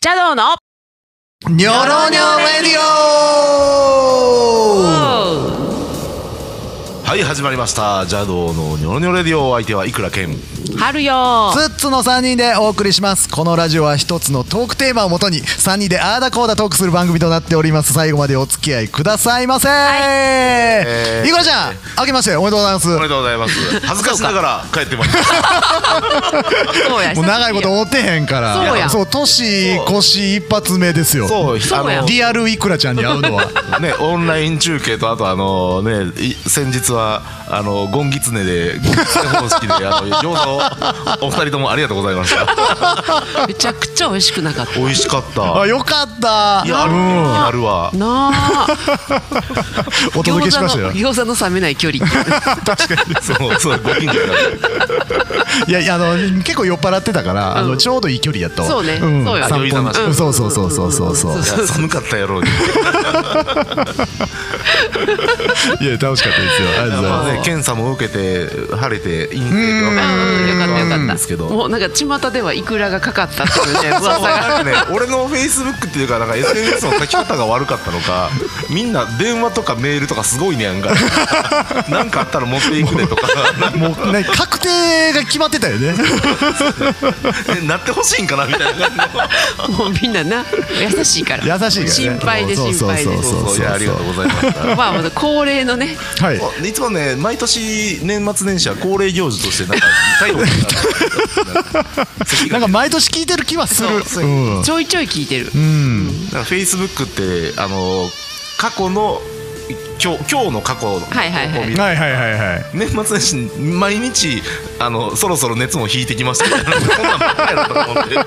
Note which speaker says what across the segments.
Speaker 1: チャドーの
Speaker 2: ニョロニョレディオ
Speaker 3: はい始まりました邪道のニョロニョロレディオお相手はいくらけん
Speaker 1: 春よ
Speaker 2: ツッツの3人でお送りしますこのラジオは一つのトークテーマをもとに3人であーだこーだトークする番組となっております最後までお付き合いくださいませ、
Speaker 3: えー
Speaker 2: いくらちゃん明けましておめでとうございます
Speaker 3: おめでとうございます恥ずかしながら帰ってまいりました
Speaker 1: そうや
Speaker 2: もう長いこと思ってへんから
Speaker 1: そうや
Speaker 2: そう年越し一発目です よ
Speaker 3: そう
Speaker 1: そ
Speaker 3: あ
Speaker 1: うや
Speaker 3: の
Speaker 2: リアルいくらちゃんに会うのは
Speaker 3: ねオンライン中継とあとあのねい先日はあのゴンギツネでゴンギツネ方式であの餃子をお二人ともありがとうございました
Speaker 1: めちゃくちゃ美味しくなか った
Speaker 3: 美味しかった
Speaker 2: あよかった
Speaker 3: いやある
Speaker 2: う
Speaker 3: 気
Speaker 2: ん
Speaker 3: になるわ
Speaker 1: なあ
Speaker 2: お届けしましたよ
Speaker 1: 餃子の餃子の冷めない距離
Speaker 3: 確かにそうそうご近所やから
Speaker 2: いやいやあの結構酔っ払ってたから、あのちょうどいい距離やったわ
Speaker 1: そうね
Speaker 2: ん、
Speaker 1: そうよ
Speaker 2: 散歩に
Speaker 3: 酔い覚まし
Speaker 2: うんそうそうそうそうそうそう
Speaker 3: いや寒かったやろうに
Speaker 2: いや楽しかったですよありがとうござい
Speaker 3: ま
Speaker 2: ま
Speaker 3: あ
Speaker 2: す
Speaker 3: ね検査も受けて晴れて陰性が
Speaker 1: う
Speaker 3: 分
Speaker 1: んよかったよか
Speaker 3: ん
Speaker 1: っ
Speaker 3: ですけ
Speaker 1: た
Speaker 3: ど
Speaker 1: もうなんか巷ではいくらがかかったっていうね 噂が
Speaker 3: なんかね、俺のフェイスブックっていうかなんか SNS の書き方が悪かったの かみんな電話とかメールとかすごいねやん かなんかあったら持っていくね とか
Speaker 2: もうね確定が決まってたよね
Speaker 3: なってほしいんかなみたいな感じの
Speaker 1: もうみんなな優しいから
Speaker 2: 優しいからね
Speaker 1: 心配で
Speaker 2: そう
Speaker 1: 心
Speaker 2: そうそう
Speaker 1: 配で
Speaker 3: そうそういやありがとうございました
Speaker 1: まあまあ恒例のね
Speaker 2: はい
Speaker 3: いつもね毎年年末年始は恒例行事としてなんか太陽
Speaker 2: なんか毎年聞いてる気はする
Speaker 3: そう
Speaker 2: うん
Speaker 1: ちょいちょい聞いてる
Speaker 3: フェイスブックってあの過去の今日今日の過去を
Speaker 1: はいはいはい
Speaker 3: 見る
Speaker 2: はいはいはいはい
Speaker 3: 年末年始毎日あのそろそろ熱も引いてきましたみたいなこんなんばっかりだと思って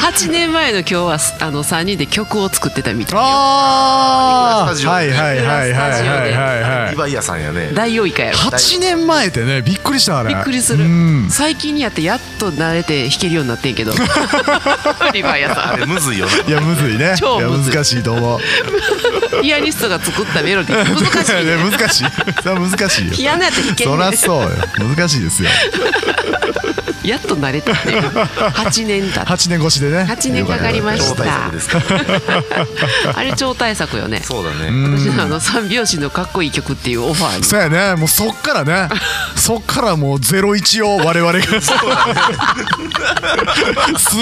Speaker 1: 8年前の今日はあの3人で曲を作ってたみたい
Speaker 2: あ
Speaker 3: スタジ
Speaker 2: ー
Speaker 3: オ
Speaker 2: はいはいはいはいはい はいはい
Speaker 3: リヴァイアさんやね
Speaker 1: 大王以下やろ
Speaker 2: 8年前ってねびっくりしたあれ
Speaker 1: びっくりする
Speaker 2: うん
Speaker 1: 最近にやってやっと慣れて弾けるようになって んけどリヴァイア
Speaker 3: あ
Speaker 1: さ
Speaker 3: れむずいよ
Speaker 2: いやむずいね
Speaker 1: 超
Speaker 2: いや
Speaker 1: むずい
Speaker 2: 難しいと思う
Speaker 1: んピアニストが作ったメロディー 難しいね
Speaker 2: いや難しいそれは難しいよ
Speaker 1: ピアノやって弾け
Speaker 2: そ
Speaker 1: る
Speaker 2: りゃ
Speaker 1: ね
Speaker 2: そうよ難しいですよ
Speaker 1: やっと慣れたね8年経って
Speaker 2: 8年越しでね
Speaker 1: 8年かかりま
Speaker 3: な
Speaker 1: し
Speaker 3: 超大
Speaker 1: た
Speaker 3: 作ですからね
Speaker 1: あれ超大作よね
Speaker 3: そうだね
Speaker 1: 私のあの三拍子のかっこいい曲っていうオファーに
Speaker 2: そうやねもうそっからねそっからもうゼロ一を我々がす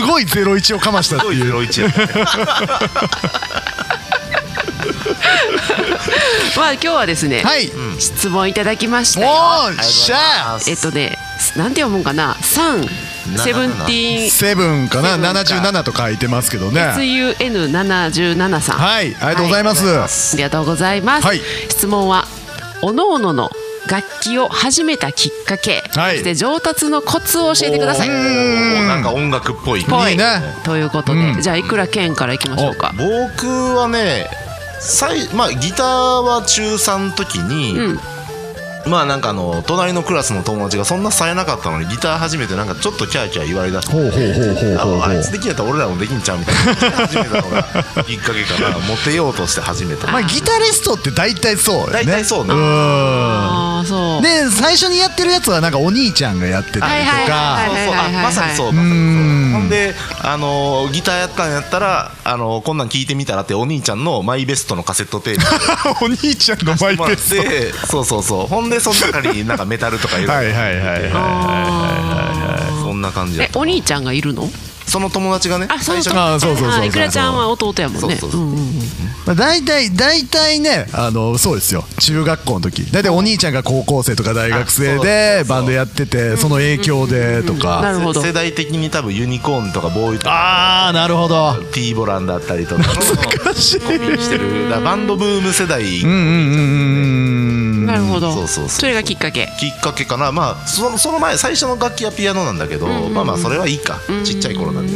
Speaker 2: ごいゼロ一をかましたって
Speaker 3: すごい
Speaker 2: いう
Speaker 3: 01やね
Speaker 1: まあ今日はですね
Speaker 2: はい、
Speaker 1: 質問いただきましたよ
Speaker 2: おーっしゃ
Speaker 1: えっとねなんて読むんかな3セブンティーン
Speaker 2: セブンかな
Speaker 1: セブンか
Speaker 2: 77と書いてますけどねはい
Speaker 1: SUN77 さん
Speaker 2: ありがとうございます、
Speaker 1: ありがとうございます。
Speaker 2: はい
Speaker 1: 質問は、おのおのの楽器を始めたきっかけ、
Speaker 2: は
Speaker 1: そ
Speaker 2: い
Speaker 1: して上達のコツを教えてください。
Speaker 3: おなんか音楽っぽい
Speaker 1: ぽ
Speaker 2: いいね
Speaker 1: ということで、じゃあいくら県からいきましょうか。
Speaker 3: 僕はね最まあギターは中3の時に、まあなんかあの隣のクラスの友達がそんなさえなかったのにギター始めてなんかちょっとキャーキャー言われだして
Speaker 2: ほうほうほうほう
Speaker 3: あ
Speaker 2: ほう
Speaker 3: の
Speaker 2: ほ
Speaker 3: あいうつできんやったら俺らもできんちゃうみたいな始めたのがきっかけかなモテようとして始めた
Speaker 2: まあギタリストって大体そうよね
Speaker 3: 大体そうね
Speaker 2: う
Speaker 1: ああ、そ
Speaker 2: ん
Speaker 1: う。
Speaker 2: で最初にやってるやつはなんかお兄ちゃんがやってたりとか、
Speaker 1: はいはいはい
Speaker 3: そうそう
Speaker 1: はいはい
Speaker 3: あ
Speaker 1: はいはい
Speaker 3: まさにそうまさに
Speaker 2: うん
Speaker 3: そうほんであのギターやったんやったらあのこんなん聞いてみたらってお兄ちゃんのマイベストのカセットテープ
Speaker 2: お兄ちゃんのマイ
Speaker 3: もら
Speaker 2: ペ
Speaker 3: っ
Speaker 2: ースを
Speaker 3: てそうそうそうほんでその中になんかメタルとかいろいろ
Speaker 2: はいはいはいはい
Speaker 1: あー
Speaker 3: そんな感じだっ
Speaker 1: え、
Speaker 3: た
Speaker 1: お兄ちゃんがいるの？
Speaker 3: その友達がね
Speaker 1: あ、そう
Speaker 3: 最
Speaker 1: そ
Speaker 3: 初
Speaker 1: う。
Speaker 2: あーそうそうそうそう
Speaker 1: いくらちゃんは弟やもんね。
Speaker 3: そうそうそうん
Speaker 1: ん
Speaker 2: まあ、大体大体ねあのそうですよ中学校の時大体お兄ちゃんが高校生とか大学生
Speaker 3: あそうそう
Speaker 2: で
Speaker 3: そう
Speaker 2: バンドやっててその影響でと
Speaker 1: な
Speaker 2: か
Speaker 1: るほど
Speaker 3: 世代的に多分ユニコーンとかボーイとか
Speaker 2: ああなるほど
Speaker 3: ティーボランだったり とか
Speaker 2: 難しい
Speaker 3: してるだからバンドブーム世代
Speaker 2: うんうんうんうん
Speaker 1: なるほど。
Speaker 3: そうそうそう
Speaker 1: それがきっかけ。
Speaker 3: きっかけかなまあそのその前最初の楽器はピアノなんだけど、まあまあそれはいいか、ちっちゃい頃なん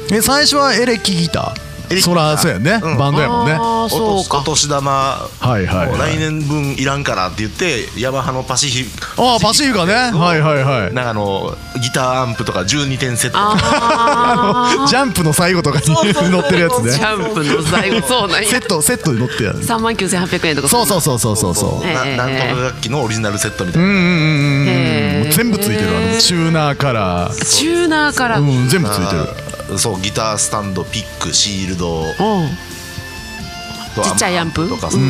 Speaker 3: でね、
Speaker 2: え最初はエレキギタ
Speaker 3: エレキ
Speaker 2: ーそ
Speaker 3: ギター
Speaker 2: らそうやね、
Speaker 3: うん
Speaker 2: バンドやもんね
Speaker 1: ああ、
Speaker 3: お
Speaker 1: そう
Speaker 3: 年お
Speaker 1: か。
Speaker 3: 年玉、
Speaker 2: いはいはい
Speaker 3: もう来年分いらんからって言ってヤマハのパシヒ
Speaker 2: ああパシフィカねはいはいはい
Speaker 3: なんかあのギターアンプとか12点セット
Speaker 1: あ
Speaker 2: ジャンプの最後とかに乗ってるやつ
Speaker 1: あ、ジ
Speaker 2: ね
Speaker 1: ャンプの最後そうなんや
Speaker 2: セ。ットセットで乗ってやる
Speaker 1: 三万九千八百円とか。
Speaker 2: そうそうそうそうそうそう
Speaker 1: え
Speaker 3: な
Speaker 1: え
Speaker 3: なんとか楽器のオリジナルセットみたいな、
Speaker 2: うんうんうんうん
Speaker 1: へー
Speaker 2: もう全部ついてるあのチューナーから
Speaker 1: チューナーから。
Speaker 2: うん全部ついてる
Speaker 3: そうギタースタンドピックシールド
Speaker 1: おう
Speaker 3: と
Speaker 1: ちっちゃいアンプ
Speaker 3: とか
Speaker 1: うん
Speaker 3: う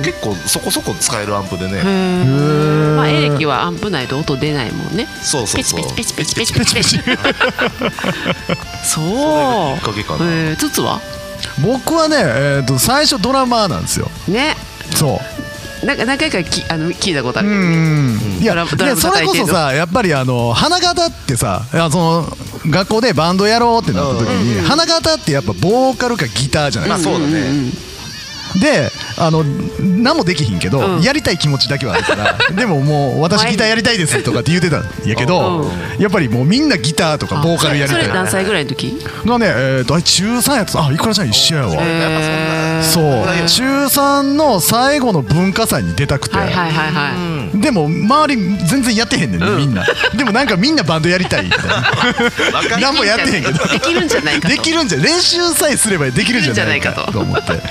Speaker 3: ん結構そこそこ使えるアンプで
Speaker 1: へ
Speaker 3: ね
Speaker 1: ーまあエレキはアンプないと音出ないもんね
Speaker 3: そうそう
Speaker 1: ペチ
Speaker 3: そう
Speaker 1: ペチペチペチペチペチペチそう
Speaker 3: きっかけかな
Speaker 1: えー、つつは
Speaker 2: 僕はね、えー、と最初ドラマーなんですよ
Speaker 1: ね
Speaker 2: そう
Speaker 1: なんか何回かきあの聞いたことあるけ
Speaker 2: う
Speaker 1: どね
Speaker 2: んいや
Speaker 1: ドラム
Speaker 2: で
Speaker 1: ドラム
Speaker 2: それこ
Speaker 1: 叩いて
Speaker 2: そ
Speaker 1: んの
Speaker 2: さやっぱりあの花形ってさいやその学校でバンドやろうってなった時に花形ってやっぱボーカルかギターじゃない
Speaker 3: まあそうだね
Speaker 2: であの何もできひんけど、
Speaker 1: うん
Speaker 2: やりたい気持ちだけはあるからでももう私ギターやりたいですとかって言ってたんやけどやっぱりもうみんなギターとかボーカルやり
Speaker 1: そ
Speaker 2: た
Speaker 1: れそれ
Speaker 2: いが
Speaker 1: 何歳ぐらいの時
Speaker 2: ね、えー、とあれ中3やつあいくらちゃん一緒やわ、
Speaker 1: え
Speaker 3: やっぱそんな
Speaker 2: そう中3の最後の文化祭に出たくて、
Speaker 1: はいはいはいは
Speaker 3: う
Speaker 1: い
Speaker 3: ん
Speaker 2: でも周り全然やってへんねんね、みんなでもなんかみんなバンドやりたいみたい
Speaker 3: 若
Speaker 2: ない何もやってへんけど
Speaker 1: できるんじゃないかと
Speaker 2: できるんじゃ練習さえすればできるんじゃないか
Speaker 1: でき
Speaker 2: と思って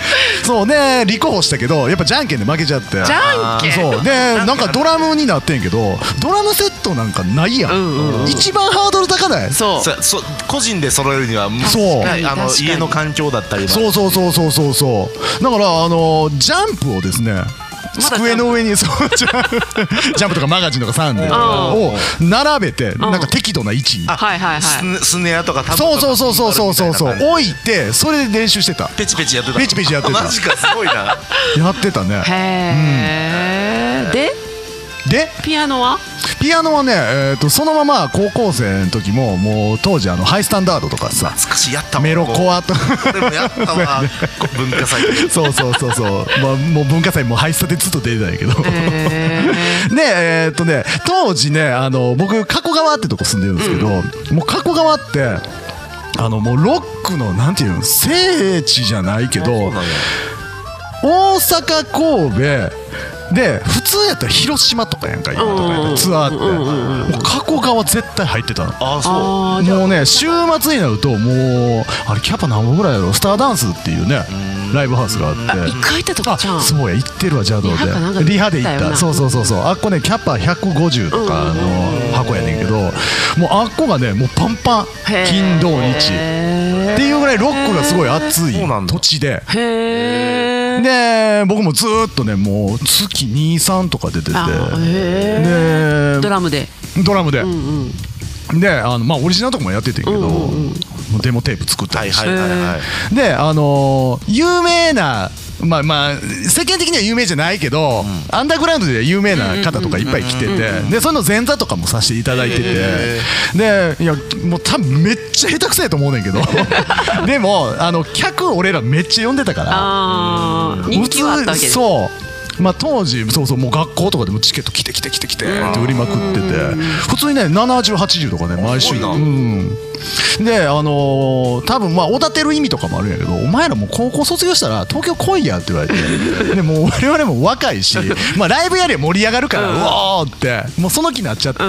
Speaker 2: そうね立候補したけどやっぱじゃんけんで負けちゃって
Speaker 1: じゃんけん
Speaker 2: そうでなんかドラムになってんけどドラムセットなんかないやん,、
Speaker 1: うんうんうん
Speaker 2: 一番ハードル高ない
Speaker 1: そう
Speaker 3: そそ個人で揃えるには
Speaker 2: そう
Speaker 3: はいあ
Speaker 1: 確
Speaker 3: の
Speaker 1: かに
Speaker 3: 家の環境だったり
Speaker 2: そうそうそうそうそうそうだからあのジャンプをですね
Speaker 1: ジャンプ
Speaker 2: 机の上に そうジャンプジャンプとかマガジンとかサンデーを並べてなんか適度な位置に
Speaker 1: はいはい
Speaker 3: ス
Speaker 1: はい
Speaker 3: ネスネアとかタブと
Speaker 2: そう
Speaker 3: か
Speaker 2: そうそうそうそうそうそう
Speaker 3: ピンバルみたい
Speaker 2: 置い
Speaker 3: な感
Speaker 2: てそれで練習してた
Speaker 3: じペチペチやってた
Speaker 2: ペチペチやってた
Speaker 3: マジかすごいな
Speaker 2: やってたね
Speaker 1: へえで
Speaker 2: で
Speaker 1: ピアノは
Speaker 2: ピアノはね、えー、とそのまま高校生の時ももう当時あのハイスタンダードとかさ
Speaker 3: 懐かしいやったわ
Speaker 2: メロコアと
Speaker 3: 俺もやったわこ文化祭
Speaker 2: そうそうそうそう、まあ、もう文化祭もハイスタでずっと出てたんやけど
Speaker 1: へー
Speaker 2: ねえーっとね当時ねあの僕加古川ってとこ住んでるんですけど、もう加古川ってあのもうロックのなんていうの聖地じゃないけど大阪神戸で普通やったら広島とかやんか今とかやった
Speaker 1: う
Speaker 2: ら
Speaker 1: ん
Speaker 2: ツアーって、もう加古川絶対入ってたの。
Speaker 3: ああそ
Speaker 1: あーじゃあ
Speaker 2: もうね週末になるともうあれキャパ何本ぐらいやろスターダンスっていうねライブハウスがあって
Speaker 1: 一回行ったとこ
Speaker 2: あ
Speaker 1: ちゃん
Speaker 2: そうや行ってるわ邪道
Speaker 1: リハかなんか
Speaker 2: で
Speaker 1: で
Speaker 2: リハで行っ
Speaker 1: 行ったよ
Speaker 2: た
Speaker 1: な
Speaker 2: そうそうそうそうあっこねキャパ150とかの箱やねんけどもうあっこがねもうパンパン
Speaker 1: へー
Speaker 2: 金土日っていうぐらいロックがすごい熱い
Speaker 3: そうなんだ
Speaker 2: 土地で
Speaker 1: へえ
Speaker 2: で僕もずーっとねもう月23とか出てて
Speaker 1: あへえ
Speaker 2: で
Speaker 1: ドラムで
Speaker 2: ドラムで
Speaker 1: うんうん
Speaker 2: であのまあオリジナルとかもやっててんけどもうデモテープ作っ
Speaker 3: う
Speaker 2: た
Speaker 3: はい
Speaker 2: りして
Speaker 3: はいはいはい
Speaker 2: であのー有名なまあまあ世間的には有名じゃないけど、アンダーグラウンドでは有名な方とかいっぱい来ててでその前座とかもさせていただいてて、でいやもう多分めっちゃ下手くそやと思うねんけどでもあの客俺らめっちゃ呼んでたから
Speaker 1: ああ人気はあったわけ
Speaker 2: 普
Speaker 1: で
Speaker 2: 通
Speaker 1: す
Speaker 2: そうまあ当時そうそうもう学校とかでもチケット来て来て来て来てって売りまくってて普通にね7080とかね毎週
Speaker 3: すごいな
Speaker 2: うんであのー多分まあおだてる意味とかもあるんやけどお前らもう高校卒業したら東京来いやって言われてでもう我々も若いしまあライブやりゃ盛り上がるからうわーってもうその気になっちゃって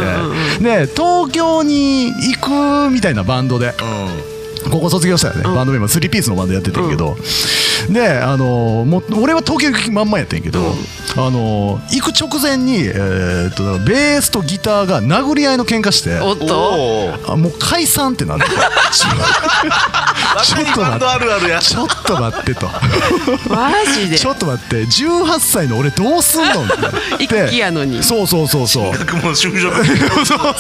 Speaker 2: で東京に行くみたいなバンドで
Speaker 3: うん
Speaker 2: 高校卒業したよね、バンドメンバー3ピースのバンドやっててんけど、であのーもう俺は東京行く気まんまやってんけど、あのー行く直前に、えーっとだからベースとギターが殴り合いの喧嘩して
Speaker 1: おっと
Speaker 3: おー
Speaker 2: あもう解散っ てなってちょっと
Speaker 3: バン
Speaker 2: 待
Speaker 3: ドあるあるや
Speaker 2: ってちょっと待ってと
Speaker 1: マジで
Speaker 2: ちょっと待って18歳の俺どうすんのって なって
Speaker 1: 一気やのに
Speaker 2: そうそうそ うそう
Speaker 3: 僕も就職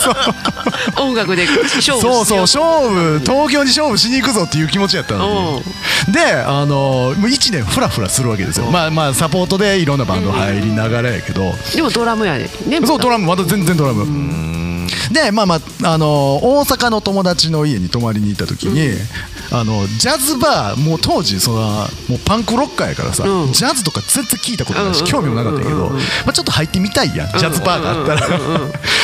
Speaker 1: 音楽で勝負しよ
Speaker 2: そうそう
Speaker 1: う
Speaker 2: 勝負東京に勝負しに行くぞっていう気持ちやったのにであのもう1年フラフラするわけですよまあまあサポートでいろんなバンド入りながらやけど
Speaker 1: でもドラムやねね
Speaker 2: そうド
Speaker 1: ラ
Speaker 2: ラムまた全然ドラムでまあまああの大阪の友達の家に泊まりに行った時にあのジャズバーもう当時そのもうパンクロッカーやからさ
Speaker 1: うん
Speaker 2: ジャズとか全然聞いたことないし
Speaker 1: うん
Speaker 2: 興味もなかったんやけどまあちょっと入ってみたいやんジャズバーがあったら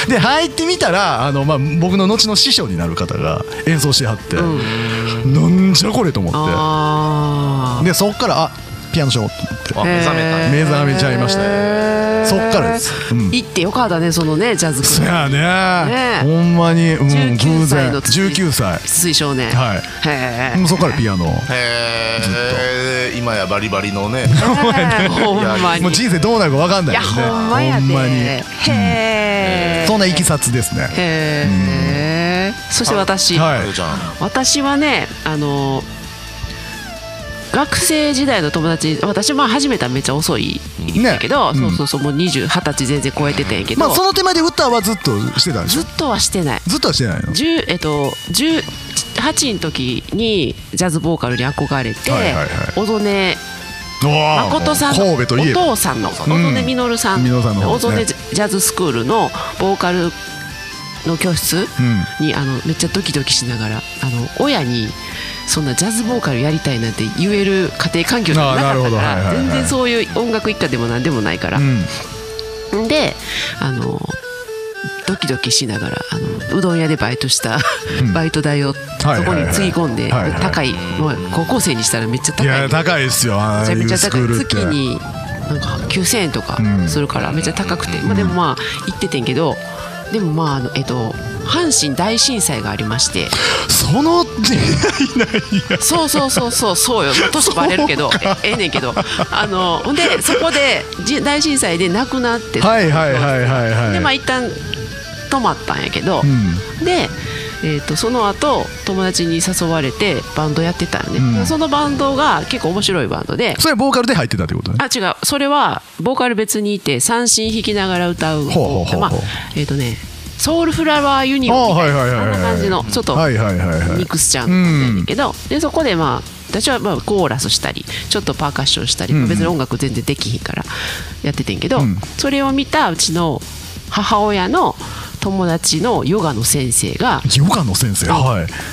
Speaker 2: で入ってみたらあのまあ僕の後の師匠になる方が演奏してはってなんじゃこれと思っ
Speaker 1: あ
Speaker 2: てでそっからあピアノしようと思
Speaker 3: あ
Speaker 2: って
Speaker 1: へ
Speaker 3: 目覚
Speaker 2: 目
Speaker 3: め
Speaker 2: 覚めちゃいました
Speaker 1: ー
Speaker 2: ねそっからですうん
Speaker 1: 行ってよかったねそのねジャズ
Speaker 2: そ
Speaker 1: クラ
Speaker 2: や
Speaker 1: ね
Speaker 2: ねほんまに、うん、偶
Speaker 1: 19歳
Speaker 2: 然
Speaker 1: の辻
Speaker 2: 19歳
Speaker 1: 水少年
Speaker 2: はい
Speaker 1: へ
Speaker 2: もう
Speaker 1: え
Speaker 2: そこからピアノ
Speaker 3: たへえ今やバリバリの ね
Speaker 1: ほんまに
Speaker 2: もう人生どうなるかわかんないい
Speaker 1: や
Speaker 2: よね
Speaker 1: ほんまやで
Speaker 2: ほんまに
Speaker 1: へえ
Speaker 2: そんないきさつですね
Speaker 1: へえねそして私、
Speaker 2: はい
Speaker 3: あゆちゃん
Speaker 1: 私はねあの学生時代の友達私まあ始めたらめっちゃ遅いんだけど、
Speaker 2: ねうん
Speaker 1: そうそうそうもう20 20歳全然超えてたんやけど、
Speaker 2: まあその手前で歌はずっとしてたんでし
Speaker 1: ず
Speaker 2: ょ
Speaker 1: っとはしてない
Speaker 2: ずっとはしてないの
Speaker 1: 10えっと18の時にジャズボーカルに憧れて
Speaker 2: はいはいはい
Speaker 1: 小曽根
Speaker 2: わあ
Speaker 1: 誠さんのお
Speaker 2: 神戸といえば
Speaker 1: 父さんの小曽根稔さん
Speaker 2: 稔さんの方
Speaker 1: 小
Speaker 2: で
Speaker 1: 曽
Speaker 2: すね
Speaker 1: 根ジャズスクールのボーカルの教室
Speaker 2: うん
Speaker 1: にあのめっちゃドキドキしながらあの親にそんなジャズボーカルやりたいなんて言える家庭環境でもなかったか
Speaker 2: あーなるほどはいはい
Speaker 1: ら
Speaker 2: はい
Speaker 1: 全然そういう音楽一家でも何でもないから
Speaker 2: う。ん
Speaker 1: であのドキドキしながらあのうどん屋でバイトした、バイト代をそ
Speaker 2: いはい
Speaker 1: こ
Speaker 2: はい
Speaker 1: につぎ込んで、
Speaker 2: はいはい
Speaker 1: 高いもう高校生にしたらめっちゃ高
Speaker 2: い
Speaker 1: い
Speaker 2: や高いですよ
Speaker 1: め
Speaker 2: ああ
Speaker 1: ちゃ
Speaker 2: い
Speaker 1: めち
Speaker 2: う
Speaker 1: ゃ
Speaker 2: ス
Speaker 1: 高
Speaker 2: ク
Speaker 1: い
Speaker 2: ールって
Speaker 1: 月になんか9,000円とか
Speaker 2: うん
Speaker 1: するからめっちゃ高くて、まあ、でもまあ行っててんけどでもまああの、えっと、阪神大震災がありまして
Speaker 2: その
Speaker 1: そうそうそうそうそうよまあ年バレるけどえええねんけどあのほんでそこでじ大震災で亡くなって
Speaker 2: はいはいはいはいはい
Speaker 1: でまあ一旦泊まったんやけど、
Speaker 2: うん
Speaker 1: で、えー、とその後友達に誘われてバンドやってたよね、
Speaker 2: うん
Speaker 1: そのバンドが結構面白いバンドで
Speaker 2: それボーカルで入ってたってことね
Speaker 1: あ違うそれはボーカル別にいて三振弾きながら歌う
Speaker 2: ほうほうほうほう
Speaker 1: まあえっ、とねソウルフラワーユニ
Speaker 2: あ
Speaker 1: オンみた
Speaker 2: はいい
Speaker 1: な
Speaker 2: は
Speaker 1: そん
Speaker 2: いはいは
Speaker 1: ない感じのちょっと
Speaker 2: はいはいはいはい
Speaker 1: ミックスちゃんなんだけど、でそこでまあ私はまあコーラスしたりちょっとパーカッションしたり、
Speaker 2: うんうん
Speaker 1: 別に音楽全然できひんからやっててんけど、
Speaker 2: うん
Speaker 1: それを見たうちの母親の友達のヨガの先生が
Speaker 2: ヨガの先生はい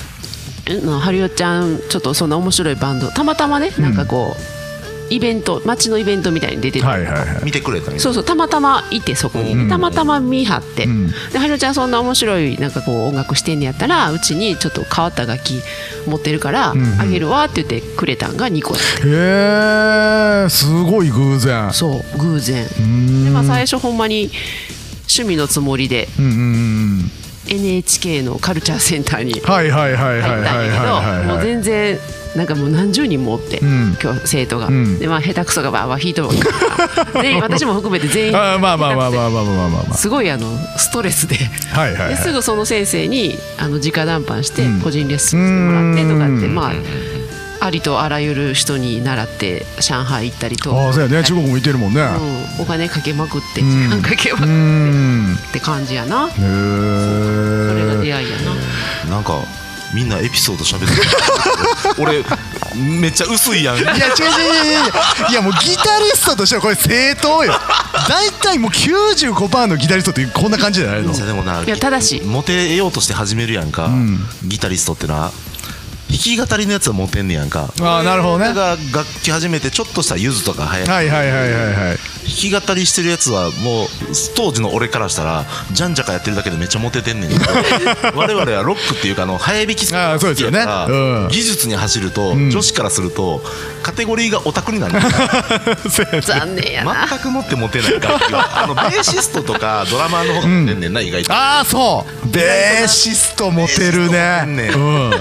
Speaker 1: うんハリオちゃんちょっとそんな面白いバンドたまたまねなんかこう、イベント街のイベントみたいに出てて、
Speaker 2: はいはいはい
Speaker 3: 見てくれたみた
Speaker 1: そ
Speaker 3: いう
Speaker 1: そうたまたまいてそこに、
Speaker 2: うん
Speaker 1: たまたま見張って、
Speaker 2: うん
Speaker 1: でハリオちゃんそんな面白いなんかこう音楽してんねやったらうちにちょっと変わった楽器持ってるから
Speaker 2: んうん
Speaker 1: あげるわって言ってくれたんが2個やって
Speaker 2: へえすごい偶然
Speaker 1: そう偶然
Speaker 2: うーん
Speaker 1: で、まあ、最初ほんまに趣味のつもりで
Speaker 2: うんうんうん
Speaker 1: NHK のカルチャーセンターに
Speaker 2: はいはいはいはい
Speaker 1: 入
Speaker 2: は
Speaker 1: っ
Speaker 2: い
Speaker 1: たんや
Speaker 2: はい
Speaker 1: けどもう
Speaker 2: はい
Speaker 1: 全然なんかもう何十人もおって、
Speaker 2: ん
Speaker 1: 今日生徒が、
Speaker 2: ん
Speaker 1: でまあ下手くそがわーわー弾いとるわけだ から全員私も含めて全員
Speaker 2: あーまあまあまあまあまあまあまあます
Speaker 1: ごいあのストレスで
Speaker 2: あはいはい
Speaker 1: です
Speaker 2: はい
Speaker 1: ぐその先生にあの直談判して
Speaker 2: うん
Speaker 1: 個人レッスンしてもらってとかって
Speaker 2: うん
Speaker 1: まあありとあらゆる人に習って上海行ったりと
Speaker 2: ああそうやね中国もいてるもんね
Speaker 1: うんお金かけまくって時間かけま
Speaker 2: うー
Speaker 1: くっ
Speaker 2: んへ
Speaker 1: て感じやなそれが
Speaker 2: え
Speaker 1: 出会いや
Speaker 3: ななんかみんなエピソード 喋ってる俺めっちゃ薄いやん
Speaker 2: いや違う違う違う違ういやもうギタリストとしてはこれ正当よ大体もう95%のギタリストってこんな感じじゃないの
Speaker 3: いやでもない
Speaker 1: やただし
Speaker 3: モテようとして始めるやんか、
Speaker 2: ん
Speaker 3: ギタリストってのは弾き語りのやつはモテんねやんか
Speaker 2: ああなるほどね
Speaker 3: 俺が楽器始めてちょっとしたゆずとか流行って
Speaker 2: はいはいはいはい はい
Speaker 3: 弾き語りしてるやつはもう当時の俺からしたらじゃんじゃかやってるだけでめっちゃモテてん ねんけど我々はロックっていうかあの早弾きス
Speaker 2: ああそうですよねうん
Speaker 3: 技術に走ると、女子からするとカテゴリーがオタクになる
Speaker 2: そうやね
Speaker 1: な残念やな
Speaker 3: 全くもってモテない楽器はあのベーシストとかドラマーの方がモテんねんな、意外と。
Speaker 2: ああそうベーシストモテるね
Speaker 3: ベーシ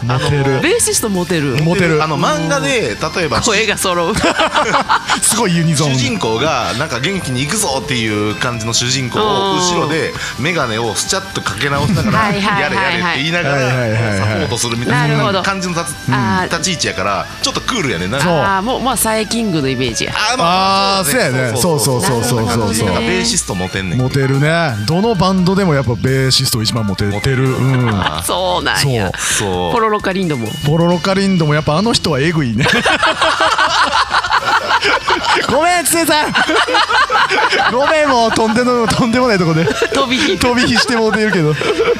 Speaker 2: う
Speaker 3: ト
Speaker 2: んモテる
Speaker 1: ベーシストモテる
Speaker 2: モテる
Speaker 3: あの漫画で例えば
Speaker 1: 声が揃う
Speaker 2: すごいユニゾン
Speaker 3: 主人公がなんか元気に行くぞっていう感じの主人公を後ろで眼鏡をスチャッとかけ直しながら「
Speaker 1: はいはい
Speaker 3: やれや
Speaker 1: は
Speaker 3: れ」
Speaker 1: い
Speaker 3: っ
Speaker 1: はい
Speaker 3: て言いなが
Speaker 2: はいはいはいはい
Speaker 3: らサポートするみたい
Speaker 1: なるほ
Speaker 3: な
Speaker 1: ど
Speaker 3: 感じの立つ
Speaker 1: あー
Speaker 3: 立ち位置やからちょっとクールやねんな
Speaker 2: そう
Speaker 1: ああもうまあサイキングのイメージや
Speaker 3: あー
Speaker 2: あーそうやね
Speaker 1: そうそうそうそうそうそう
Speaker 3: なんかベーシストモテんねん
Speaker 2: モテるねどのバンドでもやっぱベーシスト一番モテてるうん
Speaker 1: そうなんや
Speaker 3: そう
Speaker 1: ポロロカリンドも
Speaker 2: ポロロカリンドもやっぱあの人はエグいね ごめんつねさんごめんもうとんでもとんでもないとこで
Speaker 1: 飛び火
Speaker 2: 飛び火してもうてるけど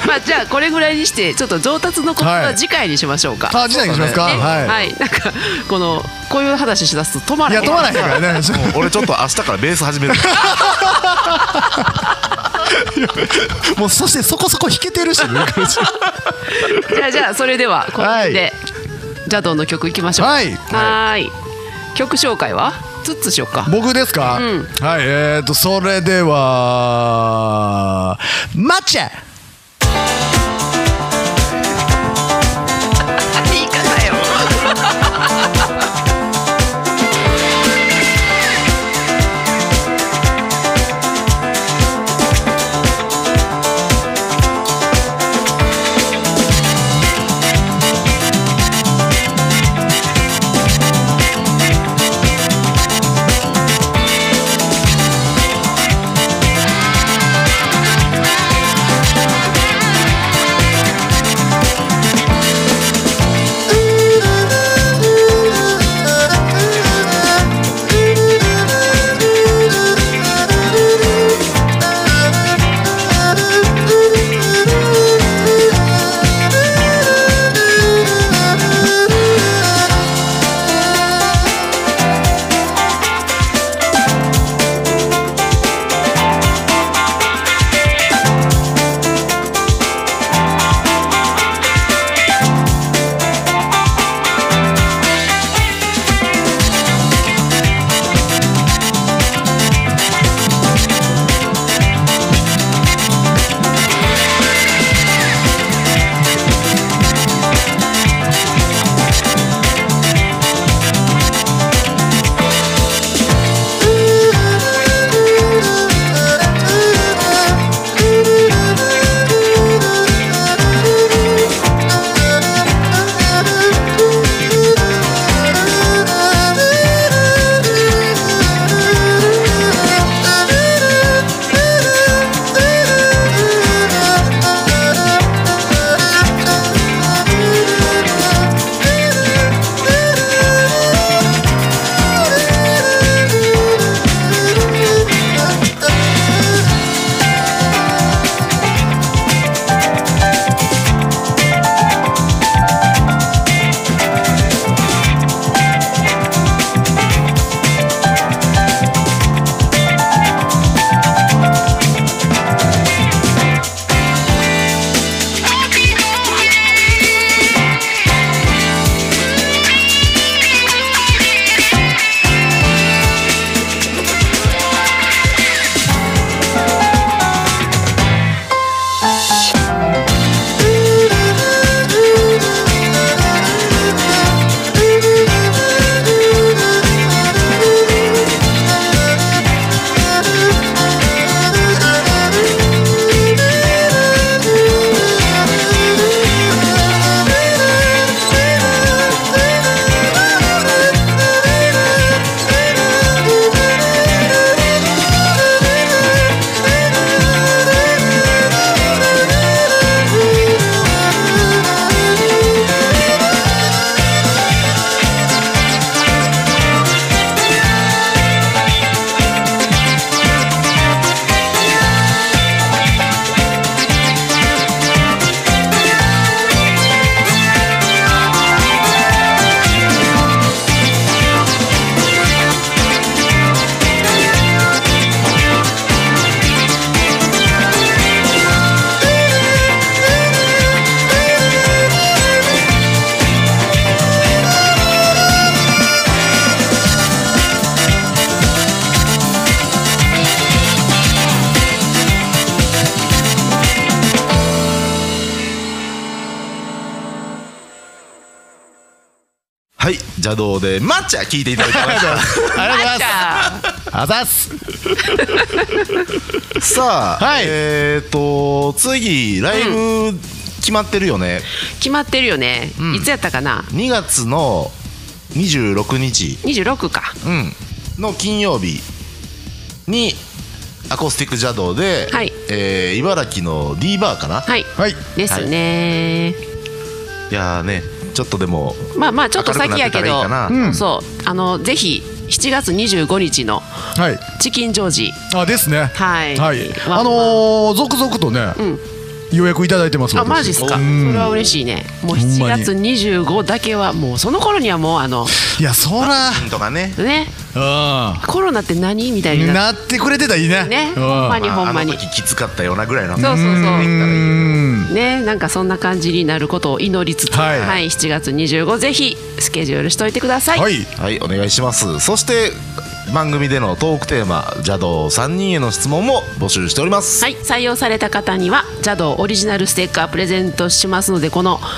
Speaker 1: まあじゃあこれぐらいにしてちょっと上達のこと
Speaker 2: は
Speaker 1: はい次回にしましょうか。
Speaker 2: あ次回にしますか、
Speaker 1: ね
Speaker 2: はい、い、
Speaker 1: なんかこのこういう話しだすと止まら
Speaker 2: や
Speaker 1: ない。
Speaker 2: 止まらへんからね
Speaker 3: もう俺ちょっと明日からベース 始める
Speaker 2: もうそしてそこそこ弾けてるし、
Speaker 1: じゃあじゃあそれではこの辺で、ジャドンの曲いきましょう。
Speaker 2: はい
Speaker 1: はーい曲紹介はツッツしようか。
Speaker 2: 僕ですか、
Speaker 1: うん
Speaker 2: はいえー、とそれでは抹茶
Speaker 1: 言い方よ。
Speaker 4: 「
Speaker 3: はい邪道で抹茶聞いていただきまし
Speaker 2: ありがとうございます
Speaker 1: あ
Speaker 2: あざっす
Speaker 3: たさあ、
Speaker 2: はい
Speaker 3: えっ、と次ライブ決まってるよね、
Speaker 1: 決まってるよね、いつやったかな
Speaker 3: 2月の26日、
Speaker 1: 26か
Speaker 3: うんの金曜日にアコースティック邪道で、
Speaker 1: はい
Speaker 3: えー茨城の D バーかな、
Speaker 1: はい
Speaker 2: はい
Speaker 1: ですね、
Speaker 3: い、やーねちょっとでも
Speaker 1: まあまあちょっと先やけ
Speaker 3: 明
Speaker 1: ど
Speaker 3: るくなっ
Speaker 2: な
Speaker 3: てたらいいか
Speaker 2: うん
Speaker 1: そうあのぜひ7月25日の
Speaker 2: はい
Speaker 1: チキンジョージ
Speaker 2: あですね
Speaker 1: はいワンワン
Speaker 2: あのー続々とね、
Speaker 1: ん
Speaker 2: 予約いただいてます
Speaker 1: あ
Speaker 2: 私
Speaker 1: マジっすかそ
Speaker 2: うん
Speaker 1: れは嬉しいねもう
Speaker 2: ほん
Speaker 1: 7
Speaker 2: まに
Speaker 1: 月25だけはもうその頃にはもうあの
Speaker 2: いやそら
Speaker 3: うんとかね
Speaker 1: ね
Speaker 2: う
Speaker 1: コロナって何みたいに
Speaker 2: ん
Speaker 1: なっ
Speaker 2: なってくれてたらいいね
Speaker 1: てね
Speaker 2: うん
Speaker 1: ほんまにほ
Speaker 3: あ
Speaker 1: ん
Speaker 3: の
Speaker 1: まに
Speaker 3: 時きつかったようなぐらいの
Speaker 1: そうそう
Speaker 2: う
Speaker 1: そ
Speaker 2: ん
Speaker 1: うねなんかそんな感じになることを祈りつつは、
Speaker 2: はいい
Speaker 1: 7月25ぜひスケジュールしといてください、、
Speaker 2: はいい
Speaker 3: はいお願いしますそして番組でのトークテーマ邪道3人への質問も募集しております、
Speaker 1: はい、採用された方にはジャドオリジナルステッカープレゼントしますのでこの
Speaker 2: は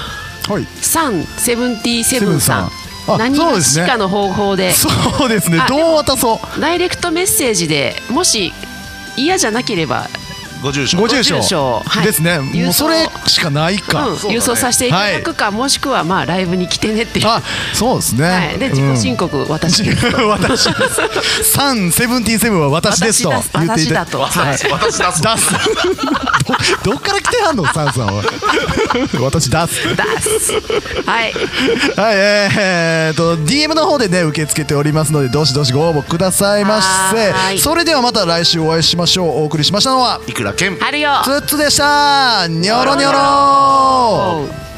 Speaker 2: い
Speaker 1: サンセブンティセブンさん
Speaker 2: あ
Speaker 1: 何
Speaker 2: そう
Speaker 1: が
Speaker 2: です
Speaker 1: し
Speaker 2: ね
Speaker 1: かの方法で
Speaker 2: そうですね
Speaker 1: あ
Speaker 2: どう渡そ
Speaker 1: ダイレクトメッセージでもし嫌じゃなければ、
Speaker 3: ご住
Speaker 2: う
Speaker 3: 所
Speaker 2: ご住所
Speaker 1: ご住所はい
Speaker 2: ですねもうそれしかない
Speaker 1: うん
Speaker 2: か、
Speaker 3: そうだね
Speaker 1: 郵送させていただくか、もしくはまあライブに来てねっていう、は
Speaker 2: あそうですね、
Speaker 1: い、で自己申告、 私
Speaker 2: うん私ですサンセブンティーンセブンは私ですと言
Speaker 1: 私だ
Speaker 2: って
Speaker 1: 私だと、
Speaker 2: いた
Speaker 1: はい、
Speaker 3: 私出す
Speaker 2: 出すどどっから来てはんのサンさんは私出す
Speaker 1: 出すはい
Speaker 2: はい、えー、と DM の方でね受け付けておりますのでどしどしご応募くださいま
Speaker 1: はー
Speaker 2: せ
Speaker 1: い
Speaker 2: それではまた来週お会いしましょうお送りしましたのはい
Speaker 3: くらけん
Speaker 1: あるよ
Speaker 2: ツッツでしたニョロニョロ
Speaker 1: おう